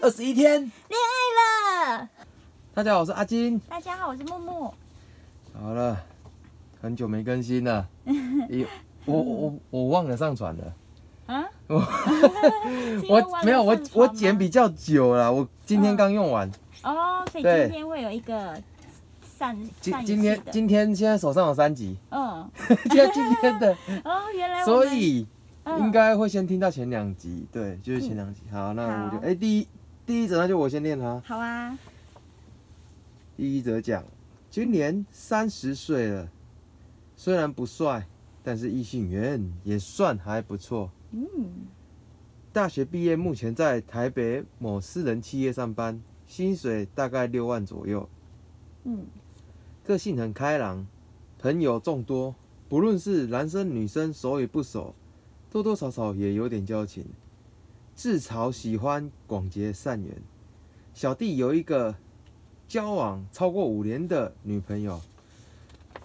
二十一天。了。大家好，我是阿金。大家好，我是木木。好了，很久没更新 了，咦我我我忘了上传了。啊？我 今天我忘了没有我上传我吗剪比较久了，我今天刚用完。哦，所以对今天会有一个上今上一今次天的，今天现在手上有三 集， 嗯，今天今天 的，哦，原来我所们以嗯应该会先听到前两集。对，就是前两集。好，那我就好哎、第一第一则那就我先念它。好啊，第一则讲，今年三十岁了，虽然不帅，但是异性缘也算还不错。嗯，大学毕业，目前在台北某私人企业上班，薪水大概六万左右。嗯，个性很开朗，朋友众多，不论是男生女生，熟与不熟，多多少少也有点交情。自嘲喜欢广结善缘。小弟有一个交往超过五年的女朋友，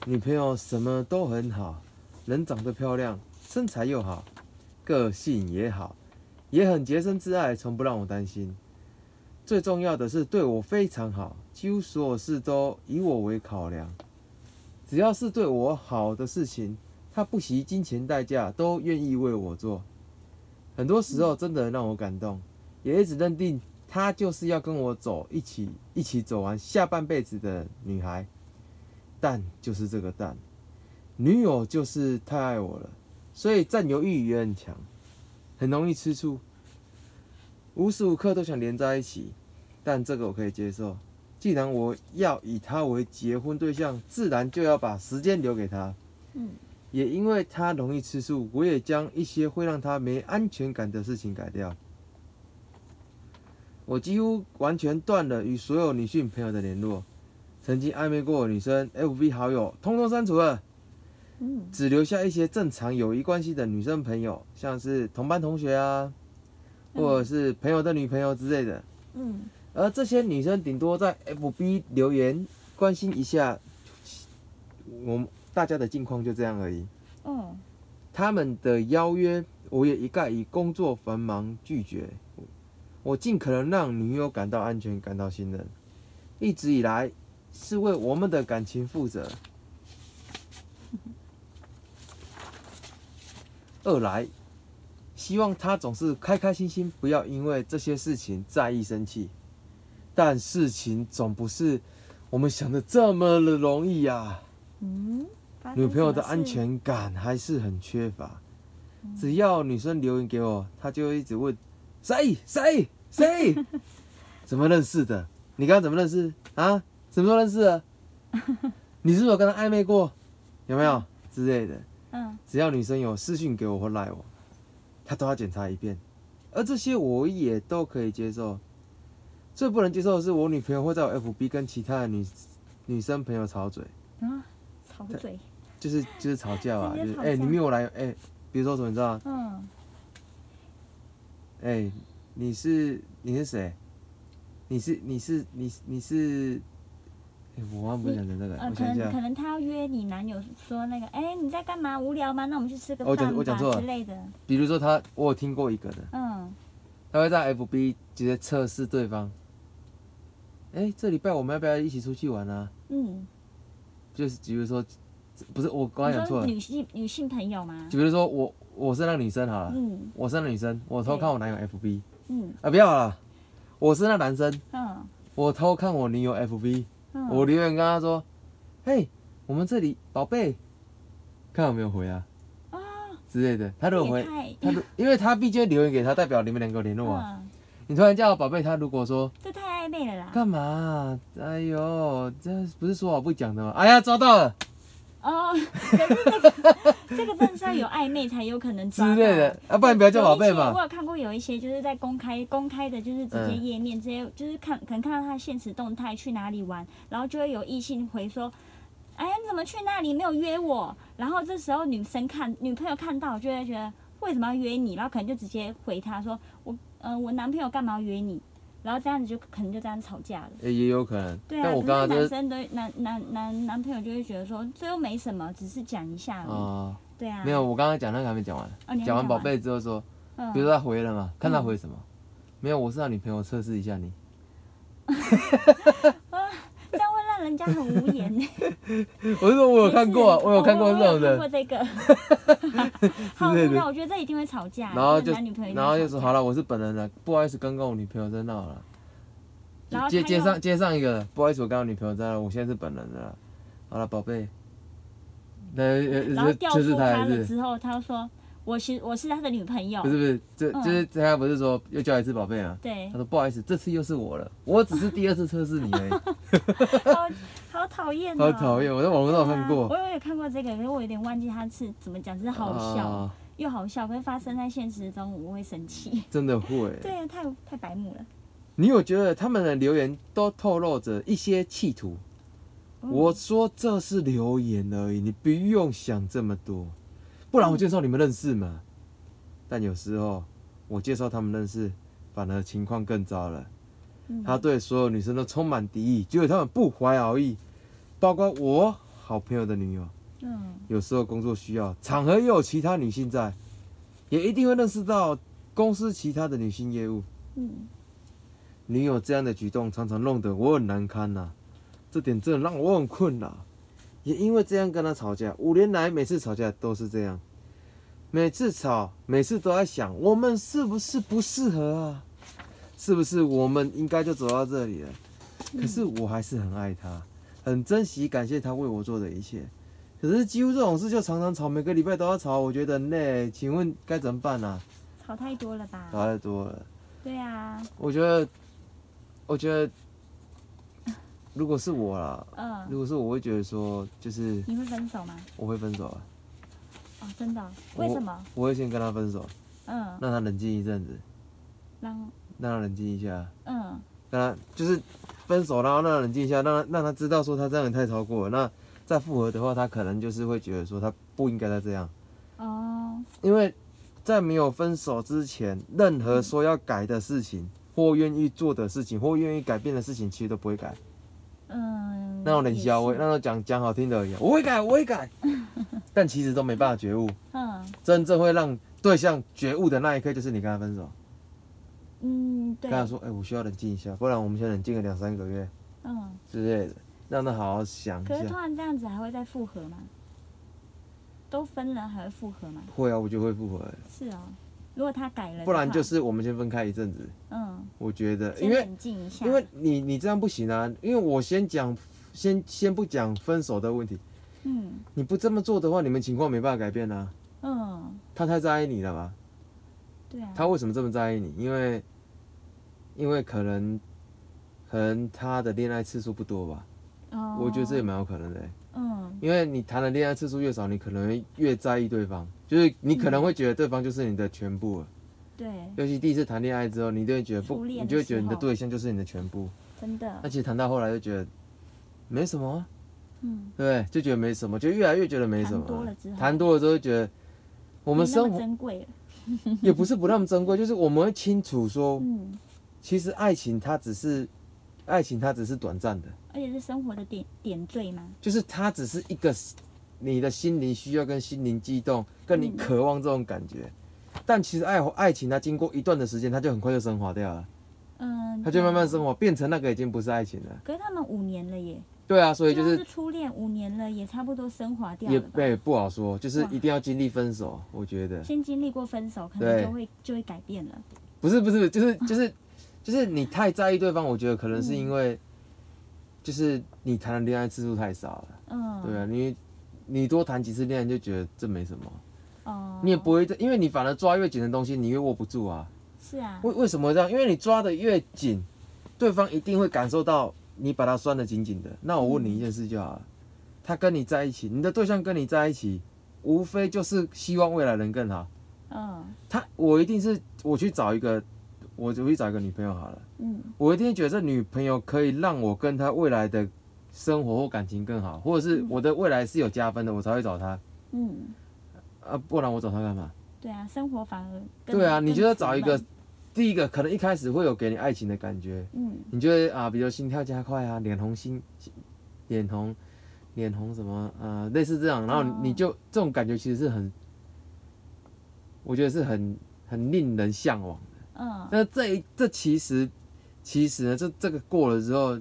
女朋友什么都很好，人长得漂亮，身材又好，个性也好，也很洁身自爱，从不让我担心。最重要的是对我非常好，几乎所有事都以我为考量。只要是对我好的事情，他不惜金钱代价都愿意为我做。很多时候真的让我感动，也一直认定她就是要跟我走，一起一起走完下半辈子的女孩。但就是这个但，女友就是太爱我了，所以占有欲也很强，很容易吃醋。无时无刻都想连在一起，但这个我可以接受。既然我要以她为结婚对象，自然就要把时间留给她。嗯，也因为她容易吃醋，我也将一些会让她没安全感的事情改掉。我几乎完全断了与所有女性朋友的联络，曾经暧昧过的女生、FB 好友通通删除了。嗯，只留下一些正常友谊关系的女生朋友，像是同班同学啊，嗯或者是朋友的女朋友之类的。嗯，而这些女生顶多在 FB 留言关心一下我们大家的近况，就这样而已。哦，他们的邀约，我也一概以工作繁忙拒绝。我尽可能让女友感到安全，感到信任。一直以来是为我们的感情负责。二来，希望她总是开开心心，不要因为这些事情在意生气。但事情总不是我们想的这么的容易呀、啊。嗯，发生女朋友的什么事安，全感还是很缺乏。只要女生留言给我，她就会一直问谁谁谁怎么认识的？你刚刚怎么认识啊？什么时候认识的？你是不是有跟她暧昧过？有没有之类的？嗯，只要女生有私讯给我或赖我，她都要检查一遍，而这些我也都可以接受。最不能接受的是，我女朋友会在我 FB 跟其他的女女生朋友吵嘴。啊，吵嘴，就是就是吵架啊，就直接是吵哎、架你没有来哎、比如说什么你知道吗？嗯，哎、你是你是谁？你是你是你是你是，哎、我好像不是讲成这个，呃，我可想一能下可，能他要约你男友说那个，哎，你在干嘛？无聊吗？那我们去吃个哦我讲饭我讲错吧了之类的，比如说他，我有听过一个的，嗯，他会在 FB 直接测试对方，哎、这礼拜我们要不要一起出去玩啊？嗯，就是比如说，不是我刚刚你讲错说了，女性女性朋友吗？就比如说我我是那女生好了，嗯我是那女生，我偷看我男友 FB 嗯啊，不要了，我是那男生，嗯我偷看我女友 FB。嗯，我留言跟他说：“嘿，我们这里宝贝，看有没有回啊啊，之类的。”他如这果也回，太他如因为他毕竟会留言给他，代表你们两个有联络啊。嗯，你突然叫我宝贝，他如果说这太暧昧了啦。干嘛、哎呦，这不是说好不讲的吗？哎呀，抓到了哦， 可是这个这个真的是要有暧昧才有可能抓之到类的，啊，不然不要叫宝贝有一些我嘛。有看过有一些就是在公开公开的，就是直接页面，直接就是看可能看到他现实动态去哪里玩，然后就会有异性回说。哎，你怎么去那里没有约我？然后这时候女生看女朋友看到就会觉得为什么要约你？然后可能就直接回他说我呃我男朋友干嘛约你？然后这样子就可能就这样吵架了。也也有可能，对啊，但我可刚刚是就男是生都男男男男朋友就会觉得说这又没什么，只是讲一下而已。啊、对啊，没有，我刚刚讲那个还没讲完哦你还没，讲完讲宝完贝之后说，嗯，比如说他回了嘛，看他回什么，没有，我是让你朋友测试一下你。这样会让人家很无言呢。我嗯是说，我有看过啊，也是我有看过这哦我有种看过的。这个，好之类无的聊，我觉得这一定会吵架。然后就是就男女朋友，然后就说好了，了，我是本人了，不好意思，刚刚我女朋友在闹了。然后接他接又上接上一个，不好意思，我刚刚女朋友在闹，我现在是本人的了。好了，宝贝。那然呃后就调就是他出他还了是之后，他又说我是我是他的女朋友不，是不是，这嗯就是他不是说又叫一次宝贝吗？对 他，说不好意思，这次又是我了，我只是第二次测试 你而已，好好讨厌，哦好讨。厌，我在网络上有啊对看啊过，我有也看过这个，可是我有点忘记他是怎么讲，只是好笑、啊又好笑，可是发生在现实中，我会生气。真的会。对啊，太太白目了。你有觉得他们的留言都透露着一些企图？嗯我说这是留言而已，你不用想这么多，不然我介绍你们认识嗯嘛。但有时候我介绍他们认识，反而情况更糟了。嗯他对所有女生都充满敌意，结果他们不怀好意，包括我好朋友的女友。嗯，有时候工作需要，场合又有其他女性在，也一定会认识到公司其他的女性业务。嗯，女友这样的举动常常弄得我很难堪呐、这点真的让我很困扰。也因为这样跟她吵架，五年来每次吵架都是这样，每次吵，每次都在想我们是不是不适合啊？是不是我们应该就走到这里了？可是我还是很爱她，很珍惜，感谢她为我做的一切。可是几乎这种事就常常吵，每个礼拜都要吵，我觉得很累。请问该怎么办啊？吵太多了吧？吵太多了。对啊，我觉得，我觉得，如果是我啦，嗯，如果是我会觉得说，就是你会分手吗？我会分手啊，哦，真的哦、为什么？我会先跟他分手，嗯，让他冷静一阵子，让让他冷静一下，嗯让他就是分手，然后让他冷静一下，让他让他知道说他这样也太超过了。那再复合的话，他可能就是会觉得说他不应该再这样，哦，因为在没有分手之前，任何说要改的事情。或愿意做的事情，或愿意改变的事情，其实都不会改。嗯，那种冷笑话，也是那种讲讲好听的而已啊，我会改，我会 改，但其实都没办法觉悟。嗯真正会让对象觉悟的那一刻，就是你跟他分手，嗯，对跟，他说：“哎、我需要冷静一下，不然我们先冷静个两三个月嗯，之类的，让他好好想一可是通下。常这样子还会再复合吗？都分了还会复合吗？”会啊，我就会复合，是哦，如果他改了的话，不然就是我们先分开一阵子。嗯，我觉得，先因为冷静一下，因为你你这样不行啊，因为我先讲，先先不讲分手的问题，嗯你不这么做的话，你们情况没办法改变啊。嗯，他太在意你了吧？对啊，他为什么这么在意你？因为，因为可能，可能他的恋爱次数不多吧。哦我觉得这也蛮有可能的欸、嗯因为你谈的恋爱次数越少，你可能会越在意对方，就是你可能会觉得对方就是你的全部了。对，尤其第一次谈恋爱之后，你就会觉得不，初恋的你就会觉得你的时候对象就是你的全部。真那的，其实谈到后来就觉得没什么啊，嗯，对不对，就觉得没什么，就越来越觉得没什么。谈多了之后谈多了之后就觉得，我我们生活珍贵了，也不是不那么珍贵，就是我们会清楚 说，嗯，其实爱情它只是，爱情它只是短暂的，而且是生活的点点缀嘛，就是它只是一个你的心灵需要跟心灵悸动，跟你嗯渴望这种感觉。但其实爱爱情它经过一段的时间，它就很快就升华掉了，嗯，它就慢慢对啊。升华，变成那个已经不是爱情了。可是他们五年了耶，对啊，所以就就算是初恋五年了，也差不多升华掉也哎了吧。被不好说，就是哇一定要经历分手，我觉得先经历过分手，可对能就会就会改变了。不是不是，就是就是就是你太在意对方，我觉得可能是因为，就是你谈的恋爱次数太少了。嗯，对啊，你你多谈几次恋爱就觉得这没什么，哦，你也不会，因为你反而抓越紧的东西，你越握不住啊。是啊，为为什么会这样？因为你抓的越紧，对方一定会感受到你把他拴得紧紧的。那我问你一件事就好了，他跟你在一起，你的对象跟你在一起，无非就是希望未来能更好。嗯他我一定是我去找一个，我就去找一个女朋友好了，嗯我一定觉得这女朋友可以让我跟他未来的生活或感情更好，或者是我的未来是有加分的，我才会找他。嗯，啊，不然我找他干嘛？对啊，生活反而更对啊，你就要找一，个更苦，第一个可能一开始会有给你爱情的感觉，闷你就会啊，比如心跳加快啊，脸红心，脸红，脸红什么啊，类似这样，然后哦你你就、这种感觉其实是很，我觉得是很很令人向往的，嗯嗯那这一这其实其实呢，这这个过了之后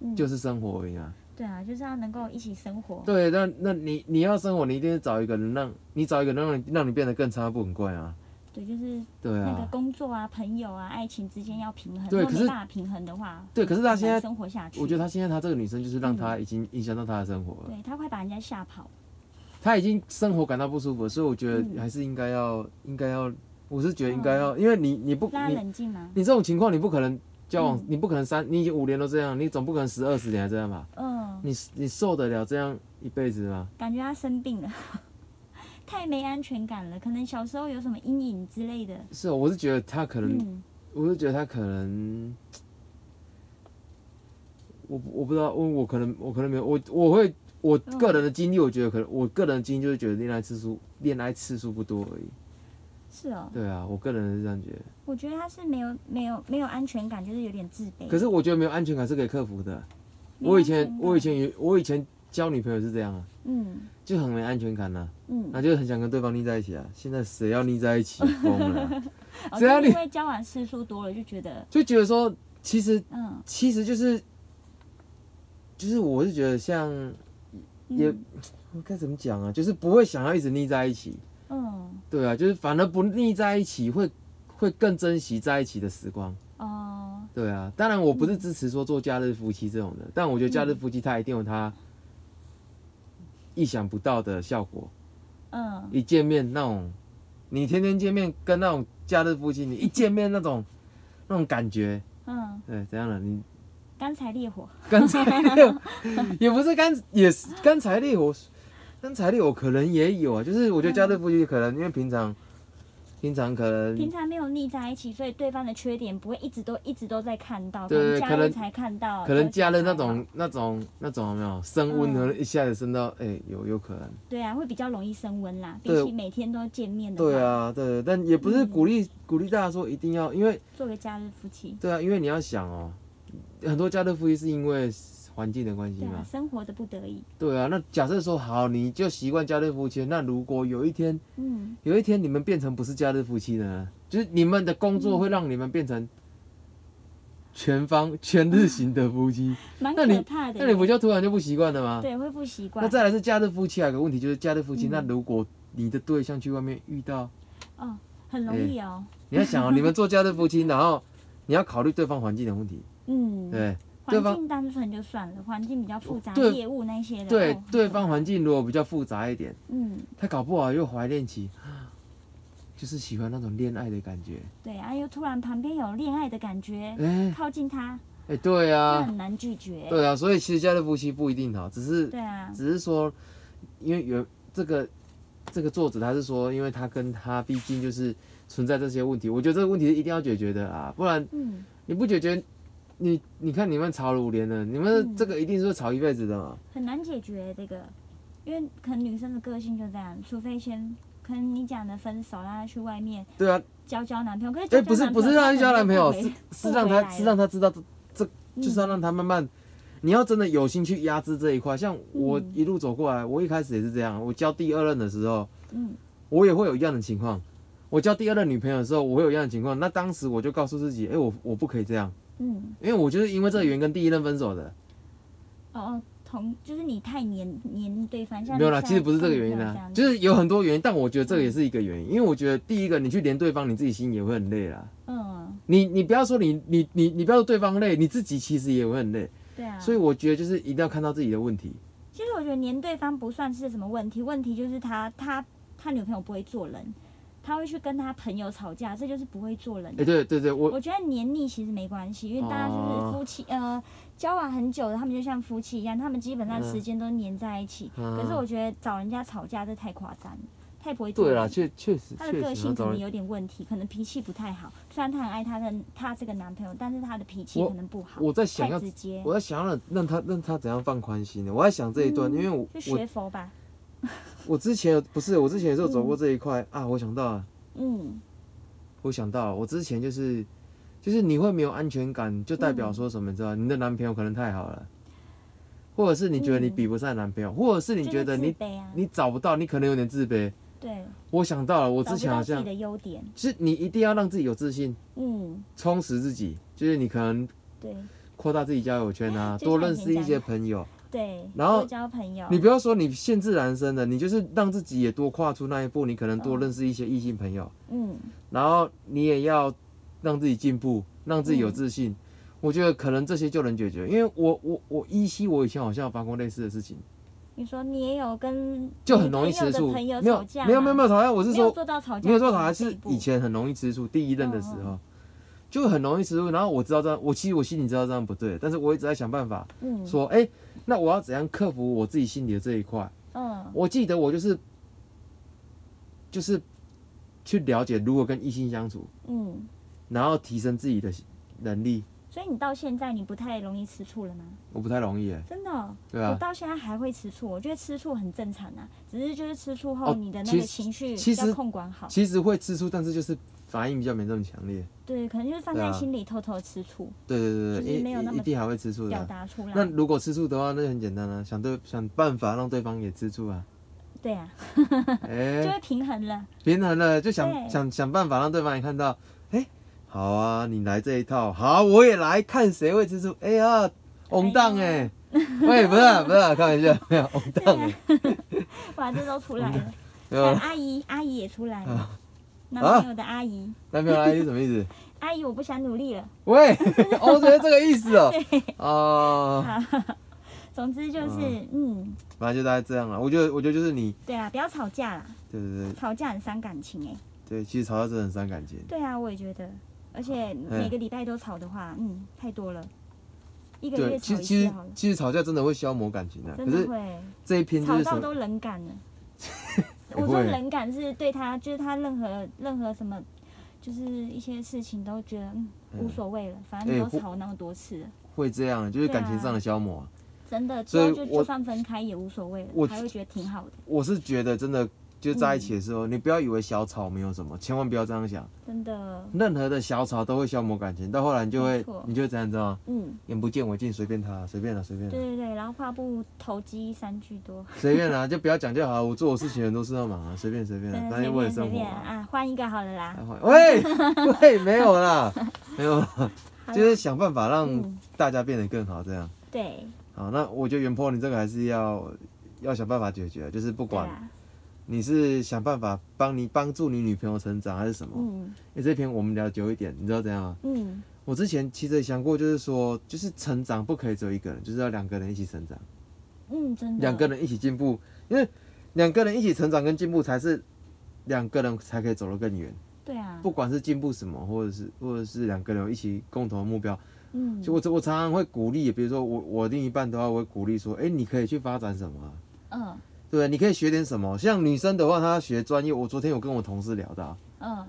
嗯，哦就是生活而已嘛。对啊，就是要能够一起生活。对，啊那那你你要生活，你一定是找一个人让你找一个人让你让你变得更差，不很怪啊？对，就是对那个啊，工作啊、朋友啊、爱情之间要平衡，对如果可没是办法平衡的话，对可是他很难现在生活下去，我觉得她现在她这个女生就是让她已经影响到她的生活了。嗯对他快把人家吓跑。哦他已经生活感到不舒服，所以我觉嗯得还是应该要，应该要，我是觉得应该要，因为你你不让他你冷静吗？你这种情况你不可能交往，嗯你不可能三，你已经五年都这样，你总不可能十二十年还这样吧？嗯，你你受得了这样一辈子吗？感觉他生病了， 太没安全感了，可能小时候有什么阴影之类的。是、哦，我是觉得他可能，嗯，我是觉得他可能，我不我不知道，我我可能我可能没有，我我会我嗯个人的经历，我觉得可能我个人的经历就是觉得恋爱次数恋爱次数不多而已。是哦，对啊，我个人是这样觉得。我觉得他是没有没有没有安全感，就是有点自卑。可是我觉得没有安全感是可以克服的。嗯没我以安全前感啊我以前也我以前交女朋友是这样啊，嗯就很没安全感呐、啊，嗯，那就是很想跟对方腻在一起啊。现在谁要腻在一起疯了啊、 哦只要就是因你为交往次数多了，就觉得就觉得说其实嗯其实就是就是我是觉得像也嗯我该怎么讲啊，就是不会想要一直腻在一起，嗯对啊，就是反而不腻在一起会会更珍惜在一起的时光。哦对啊，当然我不嗯是支持说做假日夫妻这种的，但我觉得假日夫妻它一定有它意想不到的效果。嗯一见面那种，你天天见面跟那种假日夫妻，你一见面那种那种感觉，嗯，对，怎样了？你干柴烈火，干柴烈火也不是干，也是干柴烈火，干柴烈火可能也有啊，就是我觉得假日夫妻可能因为平常平常可平能常没有腻在一起，所以对方的缺点不会一直都一直都在看到，对能对家可人能才看到，可能假日那还好种那种那种有没有升温，啊嗯可能一下子升到哎、有有可能。对啊，会比较容易升温啦，比对起每天都见面的话，对啊，对，但也不是鼓励、鼓励大家说一定要，因为做个假日夫妻，对啊，因为你要想哦，很多家乐福利是因为环境的关系对啊，嘛。生活的不得已，对啊，那假设说好，你就习惯家乐夫妻，那如果有一天嗯有一天你们变成不是家乐夫妻的呢？就是你们的工作会让你们变成全方全日型的夫妻，蛮那可怕的耶，那你不就突然就不习惯了吗？对会不习惯那，再来是家乐夫妻，还有个问题就是家乐夫妻，嗯那如果你的对象去外面遇到哦，很容易哦，你要想哦，你们做家的夫妻，然后你要考虑对方环境的问题，嗯，对对环方境单纯就算了，环境比较复杂，对业务那些的，对哦，对方环境如果比较复杂一点，嗯，他搞不好又怀恋起，就是喜欢那种恋爱的感觉。对啊，又突然旁边有恋爱的感觉，哎靠近他，哎，对那啊，很难拒绝，对啊，所以其实家的夫妻不一定好，只是对啊，只是说，因为有这个这个作者他是说，因为他跟他毕竟就是存在这些问题，我觉得这个问题是一定要解决的啦，不然嗯，你不解决，你你看你们吵了五年了，你们嗯这个一定是会吵一辈子的嘛。很难解决这个，因为可能女生的个性就这样，除非先。可能你讲的分手，让他去外面对啊，交交男朋友，可是哎、交不交是男不朋友是让他交男朋友，他可是能是不让回他来是了让他知道这这嗯就是要让他慢慢，你要真的有心去压制这一块。像我嗯一路走过来，我一开始也是这样。我交第二任的时候，嗯我也会有一样的情况。我交第二任女朋友的时候，我会有一样的情况。那当时我就告诉自己，哎、我我不可以这样，嗯，因为我就是因为这个原因跟第一任分手的。哦哦，同就是你太黏黏对方，像没有啦，你其实不是现这在嗯个原因女朋友这啦样，子就是有很多原因，但我觉得这个也是一个原因，因为我觉得第一个你去连对方，你自己心也会很累啦。嗯，你你不要说你你你你不要说对方累，你自己其实也会很累。对啊。所以我觉得就是一定要看到自己的问题。其实我觉得黏对方不算是什么问题，问题就是他他他女朋友不会做人，他会去跟他朋友吵架，这就是不会做人哎、。对对对，我我觉得黏腻其实没关系，因为大家就是哦夫妻，呃，交往很久的，他们就像夫妻一样，他们基本上嗯时间都黏在一起。嗯可是我觉得找人家吵架这太夸张了，太不会做对人啦，。确确实她的确个实那性可种能人，有点问题，可能脾气不太好。虽然她很爱她的她这个男朋友，但是她的脾气我可能不好，我在想太要直接。我在想要让他让他怎样放宽心呢？我在想这一段，因为我就学我佛吧，我之前有不是我之前也是有走过这一块、啊，我想到了，嗯我想到了，我之前就是就是你会没有安全感，就代嗯表说什么？你知道，你的男朋友可能太好了，或者是你觉得你嗯比不上男朋友，或者是你就是觉得你自卑啊，你找不到，你可能有点自卑，对，我想到了，我找之不前到好自己像的优点，就是你一定要让自己有自信，嗯，充实自己，就是你可能对扩大自己交友圈啊， 就多像认以前识一讲些的朋友。对，然后多交朋友，你不要说你限制男生的，你就是让自己也多跨出那一步，你可能多认识一些异性朋友，嗯，然后你也要让自己进步，让自己有嗯自信。我觉得可能这些就能解决，因为我我我依稀我以前好像有发过类似的事情，你说你也有跟就你很容易朋友吃的醋，没朋友有吵架没有没有吗没有吵架，我是没说有做到吵架，没有做好，这一是步以前很容易吃醋，第一任的时嗯候就很容易吃醋。然后我知道这样，我其实我心里知道这样不对，但是我一直在想办法嗯说，哎、那我要怎样克服我自己心里的这一块？嗯我记得我就是就是去了解如何跟异性相处，嗯，然后提升自己的能力。所以你到现在你不太容易吃醋了吗？我不太容易哎，真的哦、对啊我到现在还会吃醋，我觉得吃醋很正常啊，只是就是吃醋哦后你的那其个实情绪其实要控管好，其实会吃醋，但是就是反应比较没这么强烈。对，可能就是放对在啊心里偷偷吃醋，对对对就是没有对，那一么一定还会吃醋的表啊。达出那来，如果吃醋的话，那很简单啊，想对想办法让对方也吃醋啊。对啊，哎、就会平衡了，平衡了，就想对想想办法让对方也看到，哎、好啊，你来这一套，好，我也来看谁会吃醋。哎呀，红当哎，喂，不是啊不是啊，开玩笑，没有红对当啊哎，， 哇，这都出来了，没但有阿姨阿姨也出来了，男嗯啊朋友的阿姨，男朋友来是什么意思？阿姨我不想努力了，喂，哦我觉得这个意思哦，哦，总之啊就是嗯，反正就大概这样了。我觉得我觉得就是你，对啊，不要吵架啦，对对对吵架很伤感情哎、对，其实吵架真的很伤感情。对啊，我也觉得，而哎且每个礼拜都吵的话，嗯，太多了，一个对，月其吵实一其次实好了，其实吵架真的会消磨感情的、可真的是会这一篇就吵是什到么？都冷感 了。不我说会冷感是对他，就是他任何任何什么，就是一些事情都觉得嗯无所谓了，反正哎都或吵那么多次了，会这样，就是感情对啊上的消磨啊、真的之所以后就我就算分开也无所谓我了，还会觉得挺好的，我是觉得真的就在一起的时候，你不要以为小吵没有什么，千万不要这样想。真的，任何的小吵都会消磨感情，到后来你就没会错你就会怎样，你知道吗？嗯，眼不见为净，随便他，随便了，随便对了，对对，然后话不投机三句多，随便啦，就不要讲就好。我做我事情，人都是要忙啊，随便随便真啦，的反随正为了便随生活便嘛。啊，换一个好了啦，然后喂喂，没有啦，没有啦，好就啦是想办法让嗯大家变得更好，这样。对好，那我觉得袁坡你这个还是要要想办法解决，就是不对管啊，你是想办法帮你帮助你女朋友成长还是什么，嗯欸，这篇我们聊久一点，你知道怎样吗？嗯。我之前其实也想过，就是说，就是成长不可以只有一个人，就是要两个人一起成长，嗯，真的。两个人一起进步，因为两个人一起成长跟进步才是两个人才可以走得更远。对啊，不管是进步什么，或者是或者是两个人有一起共同的目标，嗯，就我我常常会鼓励，比如说我我另一半的话，我会鼓励说，哎、你可以去发展什么啊、嗯对不对？你可以学点什么。像女生的话，她要学专业，我昨天有跟我同事聊到，嗯，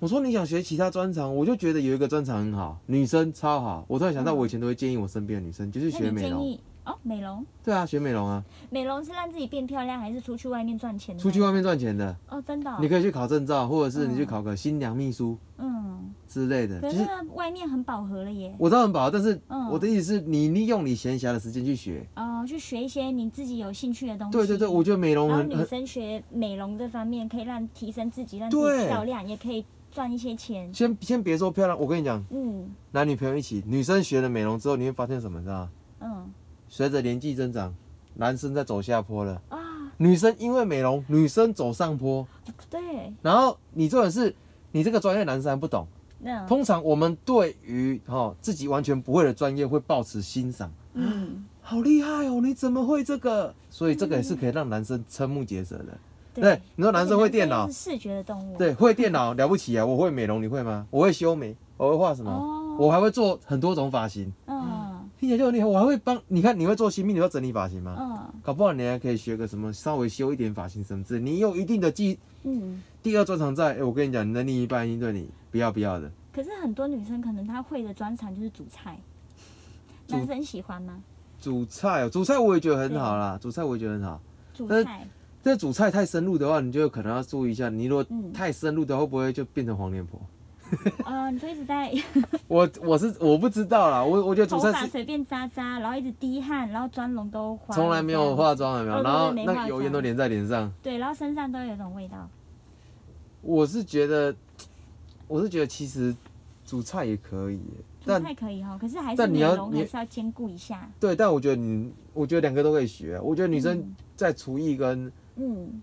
我说你想学其他专长，我就觉得有一个专长很好，女生超好。我突然想到，嗯我以前都会建议我身边的女生，就是那学你美建容。议哦，美容，对啊，学美容啊，美容是让自己变漂亮，还是出去外面赚钱？出去。外面赚钱的，哦，真的哦、你可以去考证照，或者是你去嗯考个新娘秘书嗯，之类的。可就是是那外面很饱和了耶。我知道很饱，但是嗯我的意思是你利用你闲暇的时间去学。哦，去学一些你自己有兴趣的东西。对对对，我觉得美容然后很女很，生学美容这方面，可以让提升自己，让自己对漂亮，也可以赚一些钱。先先别说漂亮，我跟你讲，嗯男女朋友一起，女生学了美容之后，你会发现什么？你知道吗？嗯随着年纪增长，男生在走下坡了，啊，女生因为美容，女生走上坡。对，然后你重点是，你这个专业男生还不懂。那通常我们对于哦自己完全不会的专业会抱持欣赏，嗯，好厉害哦，你怎么会这个？所以这个也是可以让男生瞠目结舌的。对对。你说男生会电而脑且男生又是视觉的动物。对，会电脑了不起啊！我会美容，你会吗？我会修眉，我会画什么？哦我还会做很多种发型，嗯听起来就很厉害。我还会帮你看，你会做新密，你会整理发型吗？嗯搞不好你还可以学个什么，稍微修一点发型什么之类。你有一定的技，嗯。第二专长在。哎，我跟你讲，你的另一半一定对你不要不要的。可是很多女生可能她会的专长就是煮菜，煮男生喜欢吗？煮菜、哦，煮菜我也觉得很好啊啦，煮菜我也觉得很好。煮呃菜，这煮菜太深入的话，你就可能要注意一下。你如果嗯太深入的话，会不会就变成黄脸婆？ 呃，你就一直在我我是我不知道啦，我我 觉得头主持人发是随便扎扎，然后一直滴汗，然后妆容都花了从来没有这样化妆，有没有？哦对然后对没那化个油烟妆都粘在脸上。对，然后身上都有一种味道。我是觉得，我是觉得其实煮菜也可以耶，不但太可以哈，哦可是还是但你美要容你还是要兼顾一下。对，但我觉得你，我觉得两个都可以学。啊我觉得女生嗯在厨艺跟嗯，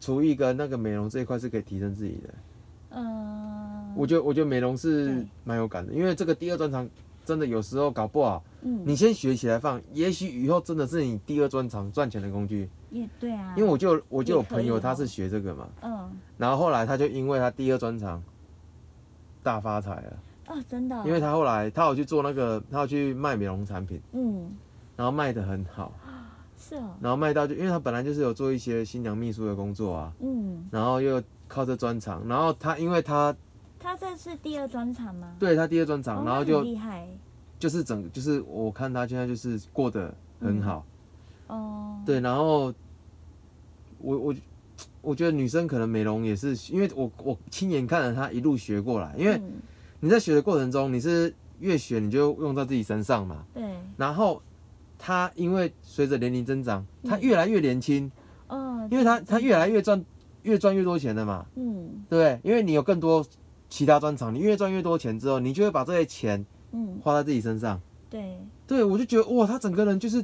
厨艺跟那个美容这一块是可以提升自己的。呃，我觉得，我觉得美容是对蛮有感的，因为这个第二专长真的有时候搞不好，嗯，你先学起来放，也许以后真的是你第二专长赚钱的工具。也对啊，因为我就有我就有也可以朋友他哦是学这个嘛，嗯然后后来他就因为他第二专长大发财了，哦，真的哦，因为他后来他有去做那个，他有去卖美容产品，嗯然后卖得很好，是哦，然后卖到就因为他本来就是有做一些新娘秘书的工作啊，嗯，然后又靠这专长，然后他因为他他这是第二专场吗？对他第二专哦，长，那然后很就厉害就是整就是我看他现在就是过得嗯很好，哦，对，然后我我。我觉得女生可能美容也是，因为我我亲眼看着她一路学过来，因为嗯你在学的过程中，你是越学你就用到自己身上嘛。对，然后他因为随着年龄增长，嗯他越来越年轻，哦，因为他他越来越赚越赚越多钱了嘛，嗯对不对？因为你有更多其他专长，你越赚越多钱之后，你就会把这些钱嗯花在自己身上。对，对我就觉得哇，他整个人就是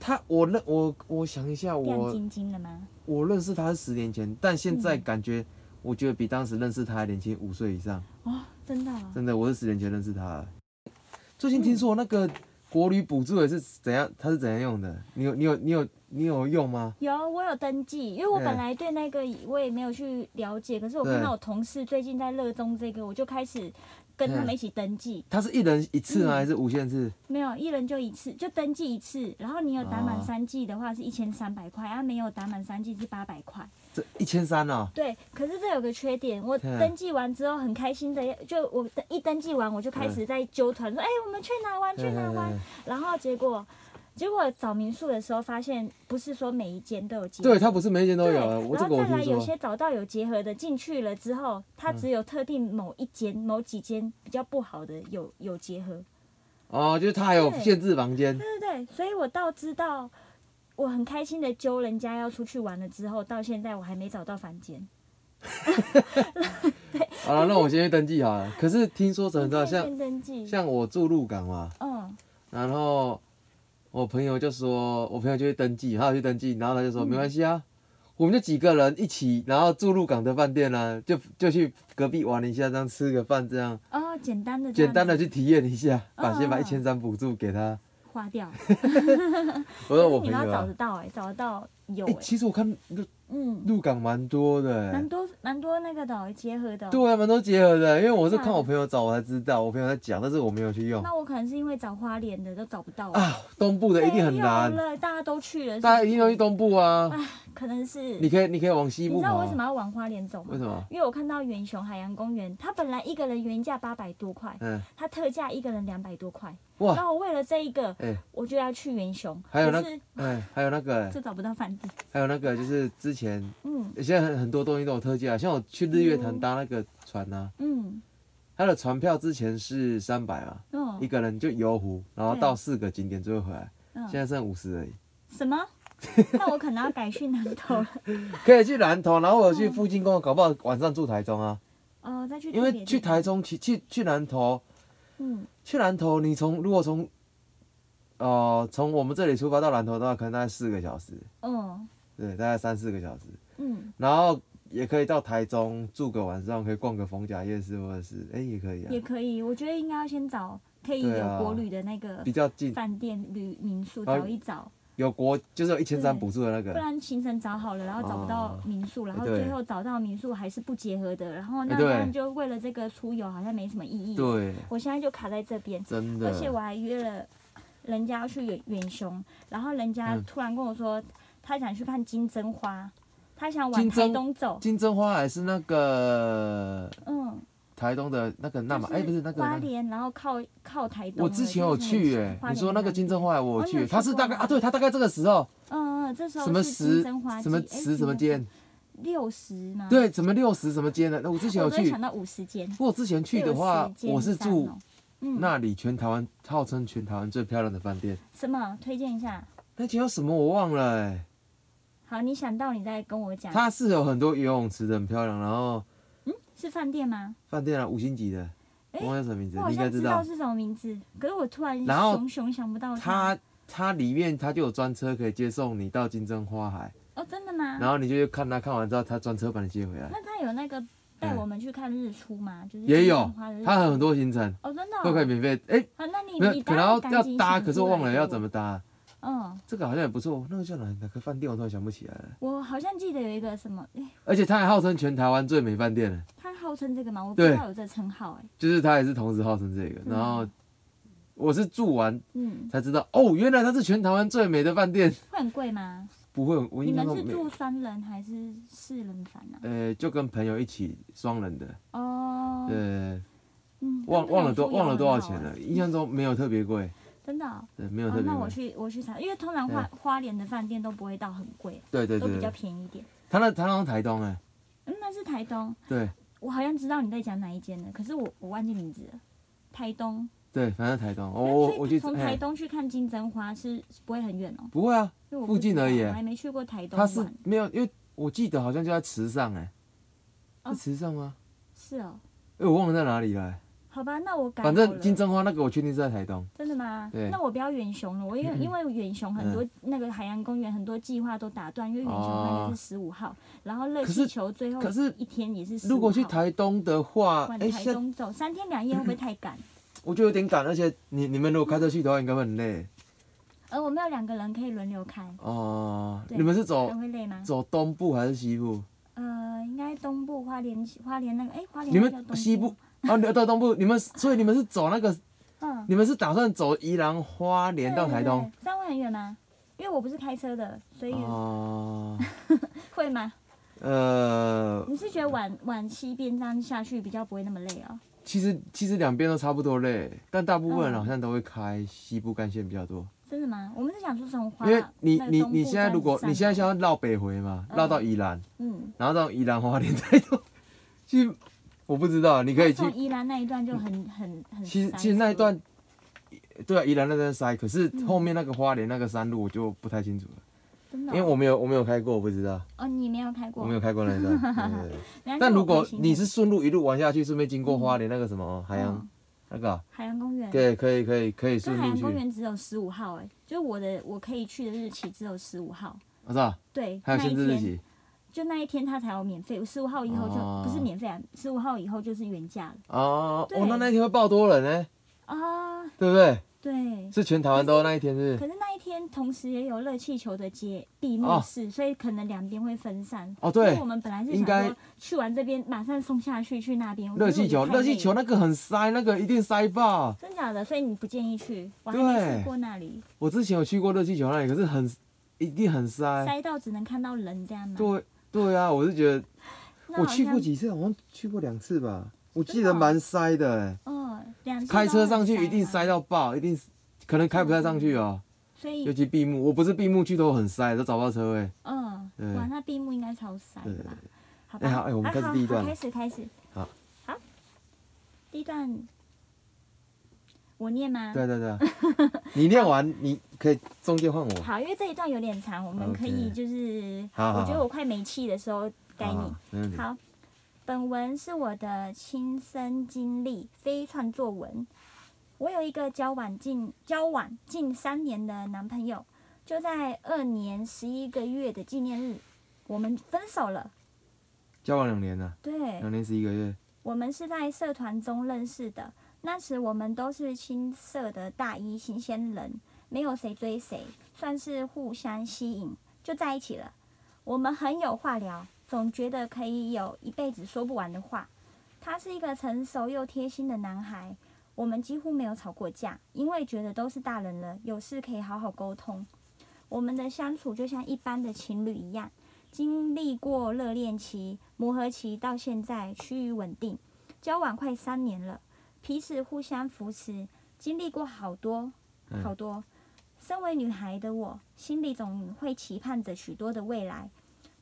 他，我认我我想一下，亮我晶晶了吗？我认识他是十年前，但现在嗯感觉。我觉得比当时认识他还年轻五岁以上，哦，真的哦，真的，我是十年前认识他的。最近嗯听说那个国旅补助也是怎样，他是怎样用的？你有你有你有你有用吗？有，我有登记，因为我对本来对那个我也没有去了解，可是我对看到我同事最近在热衷这个，我就开始跟他们一起登记。他是一人一次吗？嗯还是无限次？没有，一人就一次，就登记一次。然后你有打满哦三季的话是一千三百块，啊，没有打满三季是八百块。这一千三哦，对，可是这有个缺点，我嗯登记完之后很开心的，就我一登记完我就开始在揪团说，哎、我们去哪玩去哪玩。然后结果，结果找民宿的时候发现，不是说每一间都有结合对，他不是每一间都有啊。对我这然个后我再来有听说。嗯些找到有结合的进去了之后，它只有特定某一间、某几间比较不好的有有结合。哦，就是他还有对限制房间。对对对，所以我到知道，我很开心的揪人家要出去玩了之后，到现在我还没找到房间。好了，那我先去登记好了。可是听说真的，你可以像先登记，像我住鹿港嘛，嗯然后我朋友就说，我朋友就去登记，他有去登记，然后他就嗯说、没关系啊，我们就几个人一起，然后住鹿港的饭店啊，就就去隔壁玩一下，这样吃个饭，这样哦，简单的这样简单的子去体验一下，把先把一嗯千三补助给他。花掉。我 说我可朋是你友、要找啊得，到哎、找得到有哎、哎、其实我看鹿嗯，鹿港蛮多的、蛮欸。多蛮多那个的哦、结合的哦、对啊，蛮多结合的，因为我是那看我朋友找我才知道，我朋友在讲，但是我没有去用那我可能是因为找花莲的都找不到哦啊。东部的一定很没难有，了，大家都去了，大家是一不定是要去东部啊。可能是你可以，你可以往西你部知跑道啊。为什么要往花莲走吗？为什么？因为我看到远雄海洋公园，它本来一个人原价八百多块，嗯，它特价一个人两百多块。哇然，后我为了这一个，哎、我就要去远雄，还有那可是哎、还有那个、就找不到饭店。还有那个，就是之前嗯现在很很多东西都有特价，像我去日月潭嗯搭那个船啊，嗯它的船票之前是三百嘛，一嗯个人就游湖，然后对到四个景点最后回来，现嗯，在剩五十而已。什 么？那我可能要改去南投了。可以去南投，然后我去附近公园，搞不好晚上住台中啊，哦，再去因别为的去地方台，中去去去南投，嗯去南投你从如果从呃从我们这里出发到南投的话，可能大概四个小时，嗯对，大概三四个小时，嗯，然后也可以到台中住个晚上，可以逛个逢甲夜市，或者是哎、也可以啊，也可以。我觉得应该要先找可以对啊有国旅的那个比较近，饭店、旅民宿然后找一找。有国就是有一千三对补助的那不个，然行程找好了，然后找不到民宿，然后哦对最后找到民宿还是不结合的，然后那哎这对样就为了这个出游好像没什么意义。对，我现在就卡在这边，真的嗯而，且我还约了人家要去远远雄，然后人家嗯突然跟我说、他想去看金针花，他想往金针台东走，金针花还是那个嗯，台东的那个那嘛，就哎、不是那个花那个。莲，然后靠靠台东了。我之前有去哎、你说那个金针花我有哦你有去，去它是大过概吗啊，对，它大概这个时候嗯，嗯嗯，这时候什么是金时针花什么季哎时什么金针间，六十吗？，对，怎么六十怎么接呢？那我之前我有都会去想，到五十间。我之前去的话60，间我是山住哦嗯那里全台湾号称全台湾最漂亮的饭店，什么推荐一下？那间叫什么我忘了、欸，好，你想到你再跟我讲。它是有很多游泳池的，很漂亮，然后是饭店吗？饭店啊五星级的，诶我忘了什么名字，我好你应该像知知道道。是什么名字，可是我突然然后熊熊想不到它。它它里面它就有专车可以接送你到金针花海，哦，真的吗？然后你就去看它，看完之后它专车把你接回来，那他有那个带我们去看日出吗？就是也金有盏花的日，出它很多行程嗯哦，真的、都可以哦。免费。哎，好，那你那你可当能要然赶要紧搭，想可是出我忘来了给要我怎么。搭。嗯，这个好像也不错，那个叫哪哪个饭店我突然想不起来了。我好像记得有一个什么，哎、而且它还号称全台湾最美饭店呢，他号称这个嘛，我不对知道有这称号、哎，就是它也是同时号称这个。然后我是住完嗯，才知道，哦，原来它是全台湾最美的饭店。 会很贵吗？不会，我你印象们中是没。住三人还是四人房啊？呃，就跟朋友一起双人的，哦，呃，嗯，忘忘了多忘了多少了。钱了，印象中没有特别贵，啊真的哦、对，没有哦特，别那我贵。去我去查，因为通常花花莲的饭店都不会到很贵，对对都比对，较便宜一点。他那他那台东哎，嗯，那是台东，对我好像知道你在讲哪一间了，可是我我忘记名字了。台东，对，反正台东，我那所我以我去从哎台东去看金针花是是不会很远哦、不会啊，因为我附不知近道而已我还没去过台东他玩。是没有，因为我记得好像就在池上哎，哦是池上吗？是哦，哎，我忘了在哪里了欸。好吧，那我改反好正了金针花那个我确定是在台东，真的吗？对嗯那我不要远雄了，我因为因为远雄很多那个海洋公园很多计划都打断，因为远雄那个是十五号，然后热哦可是气球最后可是一天也是十五号。如果去台东的话，往哎，台现在东走、三天两夜会不会太 赶？我就有点赶，而且你你们如果开车去的话，应该会很累而我们有两个人可以轮流开，哦。对你们是这走样会累吗？走东部还是西部？呃，应该东部花莲花莲那个，哎、花莲你那叫们东西部，啊，你 到东部，你们所以你们是走那个，嗯，你们是打算走宜兰花莲到台对，对东对这样会很远吗？因为我不是开车的，所以哦？会吗？呃，你是觉得晚晚西边这样下去比较不会那么累哦？其实其实两边都差不多累，但大部分人嗯好像都会开西部干线比较多，真的吗？我们是想说从花，因为你那个你东部你现在如果这样你子现在上想要绕北回嘛，嗯绕到宜兰，嗯，然后到宜兰花莲台东，其实我不知道，你可以去嗯从，宜兰那一段就很很很其实塞其实那一车段。对啊，宜兰那段塞，可是嗯后面那个花莲那个山路我就不太清楚了，真的哦、因为我没有我没有开过，我不知道。哦你没有开过，我没有开过那一段。对 对对原来是但我如果开心的你是顺路一路玩下去，顺便经过花莲那个什么海洋嗯那个啊，海洋公园，对，可以可以可以就顺海路洋公去。园只有十五号、哎，就是我的我可以去的日期只有十五号，我知道，对，啊还有那一限制日天期。就那一天它才有免费，十五号以后就、哦不是免费啊，十五号以后就是原价了哦，对哦，那那一天会爆多人呢，啊，对不对？对。是全台湾都那一天是不可是？是那一天同时也有热气球的节闭幕哦式，所以可能两边会分散。哦对因为我们本来是应该想说去完这边马上送下去去那边。热气球，可是我热觉得太累气球那了个很塞，那个一定塞爆。真假的，所以你不建议去，我还对没去过那里，我之前有去过热气球那里，可是很一定很塞。塞到只能看到人这样吗？对对啊，我是觉得那好我像去过，几次，好像去过两次吧，我记真的得哦蛮塞的哎。嗯，两次都开车上去很一定吗塞，到爆，一定可能开不太上去哦。所尤以其闭幕，我不是闭幕去都很塞，都找不到车位。嗯，对哇，那闭幕应该超塞对吧？好哎吧，好哎我们啊开始好第一段好开始开始，好，好，第一段我念吗？对对对， 你练完你可以中间换我。好，因为这一段有点长，我们可以 OK 就是好好我觉得好我快没气的时候该你。好，啊没问题。好，本文是我的亲身经历，非创作文。我有一个交往近交往近三年的男朋友，就在二年十一个月的纪念日，我们分手了。交往两年了，对，两年十一个月。我们是在社团中认识的，那时我们都是青社的大一新鲜人，没有谁追谁，算是互相吸引，就在一起了。我们很有话聊，总觉得可以有一辈子说不完的话。他是一个成熟又贴心的男孩，我们几乎没有吵过架，因为觉得都是大人了，有事可以好好沟通。我们的相处就像一般的情侣一样。经历过热恋期、磨合期，到现在趋于稳定，交往快三年了，彼此互相扶持，经历过好多嗯好多。身为女孩的我，心里总会期盼着许多的未来，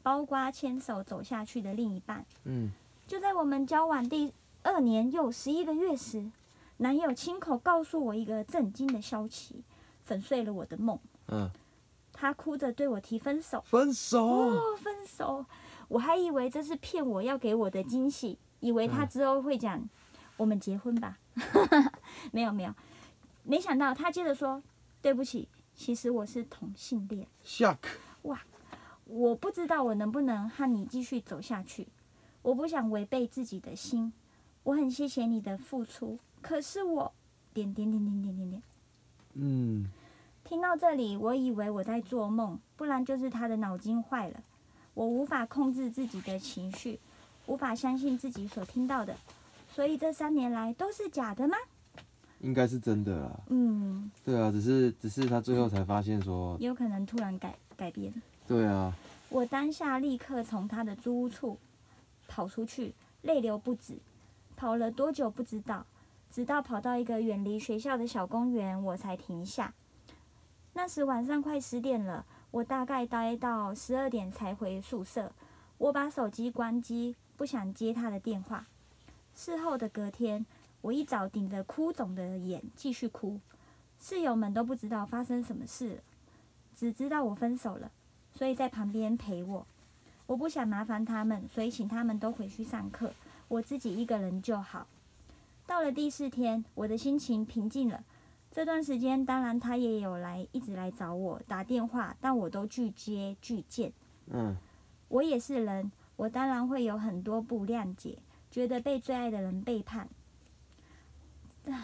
包括牵手走下去的另一半。嗯，就在我们交往第二年又十一个月时，男友亲口告诉我一个震惊的消息，粉碎了我的梦。嗯，他哭着对我提分手。分手，哦，分手！我还以为这是骗我要给我的惊喜，以为他之后会讲、我们结婚吧。没有没有，没想到他接着说对不起，其实我是同性恋，下课。我不知道我能不能和你继续走下去，我不想违背自己的心，我很谢谢你的付出，可是我点点点点点点点。嗯，听到这里，我以为我在做梦，不然就是他的脑筋坏了。我无法控制自己的情绪，无法相信自己所听到的，所以这三年来都是假的吗？应该是真的啦。嗯，对啊，只是只是他最后才发现说，有可能突然改改变。对啊，我当下立刻从他的租屋处跑出去，泪流不止。跑了多久不知道，直到跑到一个远离学校的小公园，我才停下。那时晚上快十点了，我大概待到十二点才回宿舍。我把手机关机，不想接他的电话。事后的隔天，我一早顶着哭肿的眼继续哭，室友们都不知道发生什么事了，只知道我分手了。所以在旁边陪我。我不想麻烦他们，所以请他们都回去上课，我自己一个人就好。到了第四天，我的心情平静了。这段时间，当然他也有来，一直来找我打电话，但我都拒接拒见。嗯我也是人，我当然会有很多不谅解，觉得被最爱的人背叛。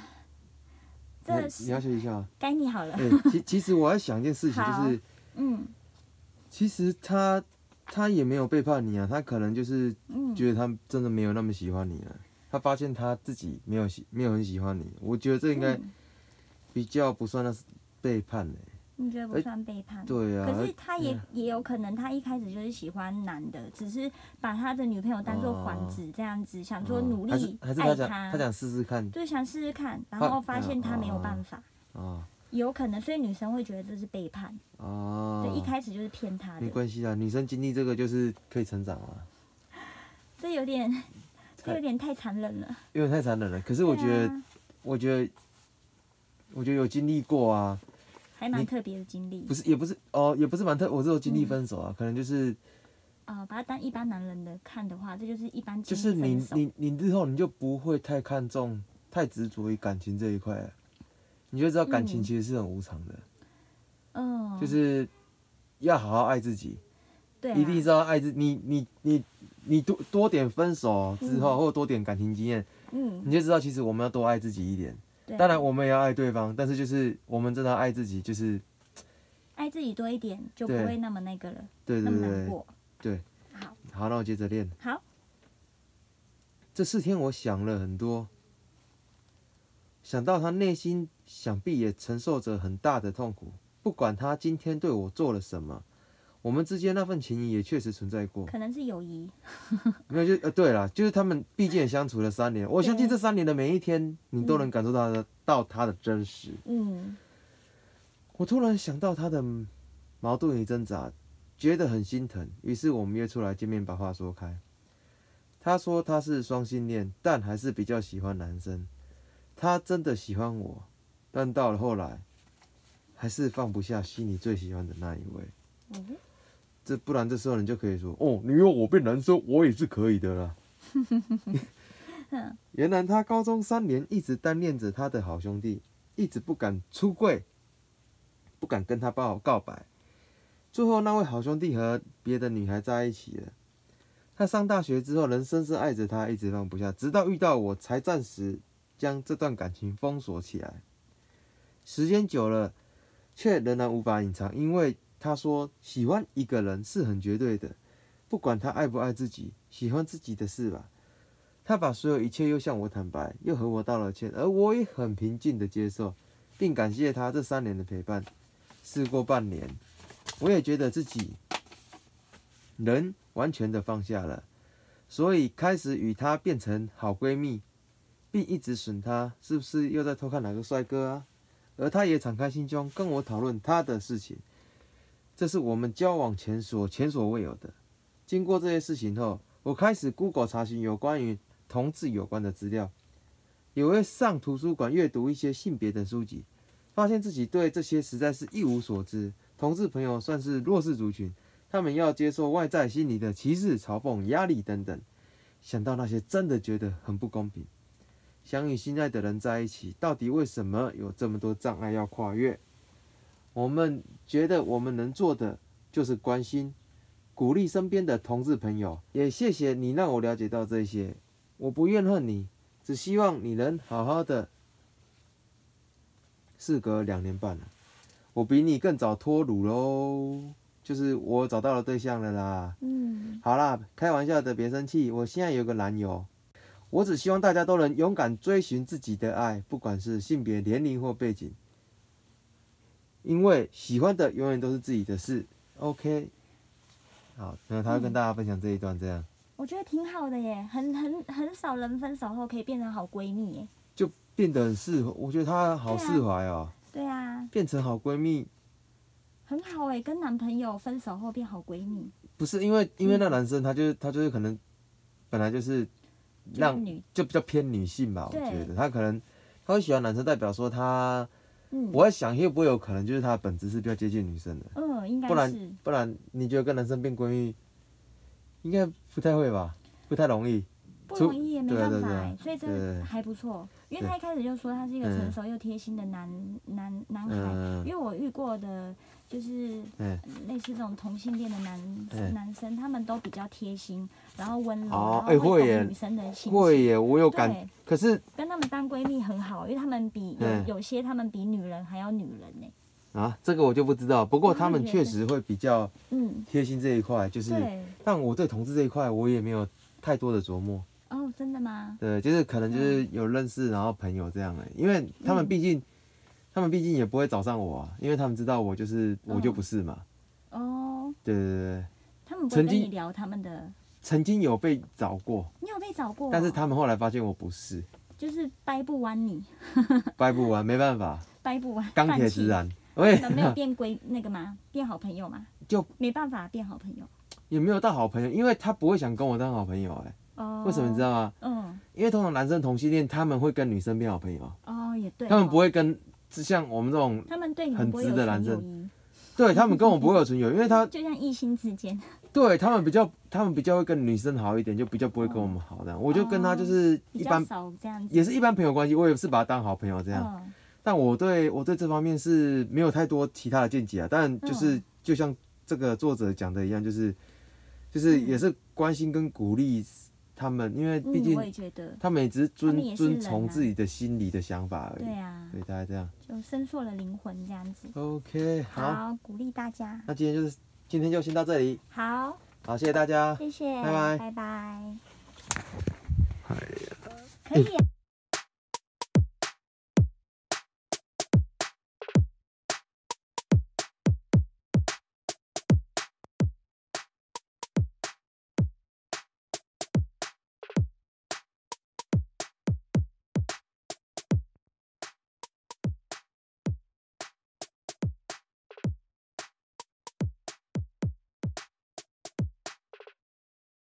你这要你要是休息一下 啊。该你好了哎、。其其实我在想一件事情，好就是嗯其实他他也没有背叛你啊，他可能就是嗯，觉得他真的没有那么喜欢你了。他发现他自己没有喜没有很喜欢你，我觉得这应该嗯比较不算那是背叛嘞、你觉得不算背叛？哎对啊，可是他也、嗯也有可能，他一开始就是喜欢男的，只是把他的女朋友当做幌子这样子，想说哦努还是力还爱是他想他想试试看对，想试试看，然他后发现他没有哦办法，啊有可能，所以女生会觉得这是背叛，啊，对，一开始就是骗他没的，关系啦，女生经历这个就是可以成长啊，这 有点这太有点太残忍了。因为太残忍了。可是我对觉得，啊、我觉得，我觉得有经历过啊，还蛮你特别的经历，不是也不是哦，也不是蛮特，我是有经历嗯分手啊，可能就是啊、把他当一般男人的看的话，这就是一般就经是历你嗯分手你你日后你就不会太看重、太执着于感情这一块了，你就知道感情嗯其实是很无常的，嗯，就是要好好爱自己，对、啊，一定是要爱自你你你你多多点分手之后，或者多点感情经验，嗯，你就知道其实我们要多爱自己一点。对啊当然我们也要爱对方，但是就是我们真的要爱自己，就是爱自己多一点，就不对会那么那个了，对那对么对难对过。对。好，好，那我接着练。好。这四天我想了很多，想到他内心想必也承受着很大的痛苦。不管他今天对我做了什么，我们之间那份情谊也确实存在过。可能是友谊，没有就呃，对了，就是他们毕竟也相处了三年，我相信这三年的每一天，你都能感受到他的、到他的真实。嗯我突然想到他的矛盾与挣扎，觉得很心疼，于是我们约出来见面，把话说开。他说他是双性恋，但还是比较喜欢男生。他真的喜欢我，但到了后来，还是放不下心里最喜欢的那一位。嗯这不然这时候你就可以说，哦，你要我变男生，我也是可以的啦。原来他高中三年一直单恋着他的好兄弟，一直不敢出柜，不敢跟他告告白。最后那位好兄弟和别的女孩在一起了。他上大学之后，仍深深爱着她，一直放不下，直到遇到我才暂时将这段感情封锁起来。时间久了，却仍然无法隐藏，因为他说喜欢一个人是很绝对的，不管他爱不爱自己，喜欢自己的事吧。他把所有一切又向我坦白，又和我道了歉，而我也很平静的接受，并感谢他这三年的陪伴。事过半年，我也觉得自己人完全的放下了，所以开始与她变成好闺蜜，并一直损她是不是又在偷看哪个帅哥啊？而她也敞开心胸跟我讨论她的事情，这是我们交往前所前所未有的。经过这些事情后，我开始 Google 查询有关于同志有关的资料，也会上图书馆阅读一些性别等书籍，发现自己对这些实在是一无所知。同志朋友算是弱势族群，他们要接受外在心理的歧视、嘲讽、压力等等。想到那些，真的觉得很不公平。想与心爱的人在一起，到底为什么有这么多障碍要跨越？我们觉得我们能做的就是关心、鼓励身边的同志朋友。也谢谢你让我了解到这些，我不怨恨你，只希望你能好好的。事隔两年半了，我比你更早脱乳喽，就是我找到了对象了啦。嗯，好啦，开玩笑的，别生气。我现在有个男友，我只希望大家都能勇敢追寻自己的爱，不管是性别、年龄或背景，因为喜欢的永远都是自己的事。OK，好，那他要跟大家分享这一段，这样、我觉得挺好的耶，很很很少人分手后可以变成好闺蜜耶。就变得很释，我觉得她好对啊释怀哦，对啊，变成好闺蜜，很好哎，跟男朋友分手后变好闺蜜，不是因为嗯因为那男生他就是他就是可能本来就是就是让女，就比较偏女性吧，我对觉得他可能他会喜欢男生，代表说他。嗯，我在想，会不会有可能就是她的本质是比较接近女生的？嗯，应该不是然不然，你觉得跟男生变闺蜜，应该不太会吧？不太容易。不出容易，也没对啊办法对啊哎，所以对对这对还不错，因为对他一开始就说他是一个嗯成熟又贴心的男男男孩，因嗯为我遇过的就是嗯，类似这种同性恋的男、嗯男生，他们都比较贴心，然后温柔，哦然哎后会耶懂女生的心情。会耶，我有感。对，可是跟他们当闺蜜很好，因为他们比有、嗯有些他们比女人还要女人呢。啊，这个我就不知道。不过他我们也觉得确实会比较嗯，贴心这一块，就是。对，但我对同志这一块，我也没有太多的琢磨。哦，真的吗？对，就是可嗯能就是有认识，然后朋友这样的，因为他们毕竟，他们毕竟也不会找上我啊，因为他们知道我就是我就嗯不是嘛。哦，对对对对，他们不会曾跟你经聊他们的，曾经有被找过，你有被找过哦、但是他们后来发现我不是，就是掰不弯你，掰不完，没办法，掰不弯，钢铁放弃直。男。喂你，们 没有变闺那个吗？变好朋友吗？就没办法变好朋友。也没有到好朋友，因为他不会想跟我当好朋友、哎、哦，为什么你知？道吗？嗯，因为通常男生同性恋他们会跟女生变好朋友，啊哦，也对、哦。他们不会跟像我们这种，他们对你们很不会直有的纯男友生谊，对他们跟我不会有纯友，因为他就像异性之间，对他们比较，他们比较会跟女生好一点，就比较不会跟我们好这样。我就跟他就是哦比一较般，少这样子。也是一般朋友关系，我也是把他当好朋友这样。嗯，但我对我对这方面是没有太多其他的见解啊。但就是、嗯就像这个作者讲的一样，就是就是嗯也是关心跟鼓励他们，因为毕嗯，我也竟觉得，他们也只是他遵、们也是人遵啊从自己的心里的想法而已。对啊，对，大概这样。就深塑了灵魂这样子。 OK，好，好，鼓励大家。那今天就是今天就先到这里，好，好，谢谢大家。谢谢，拜拜拜拜。可以啊。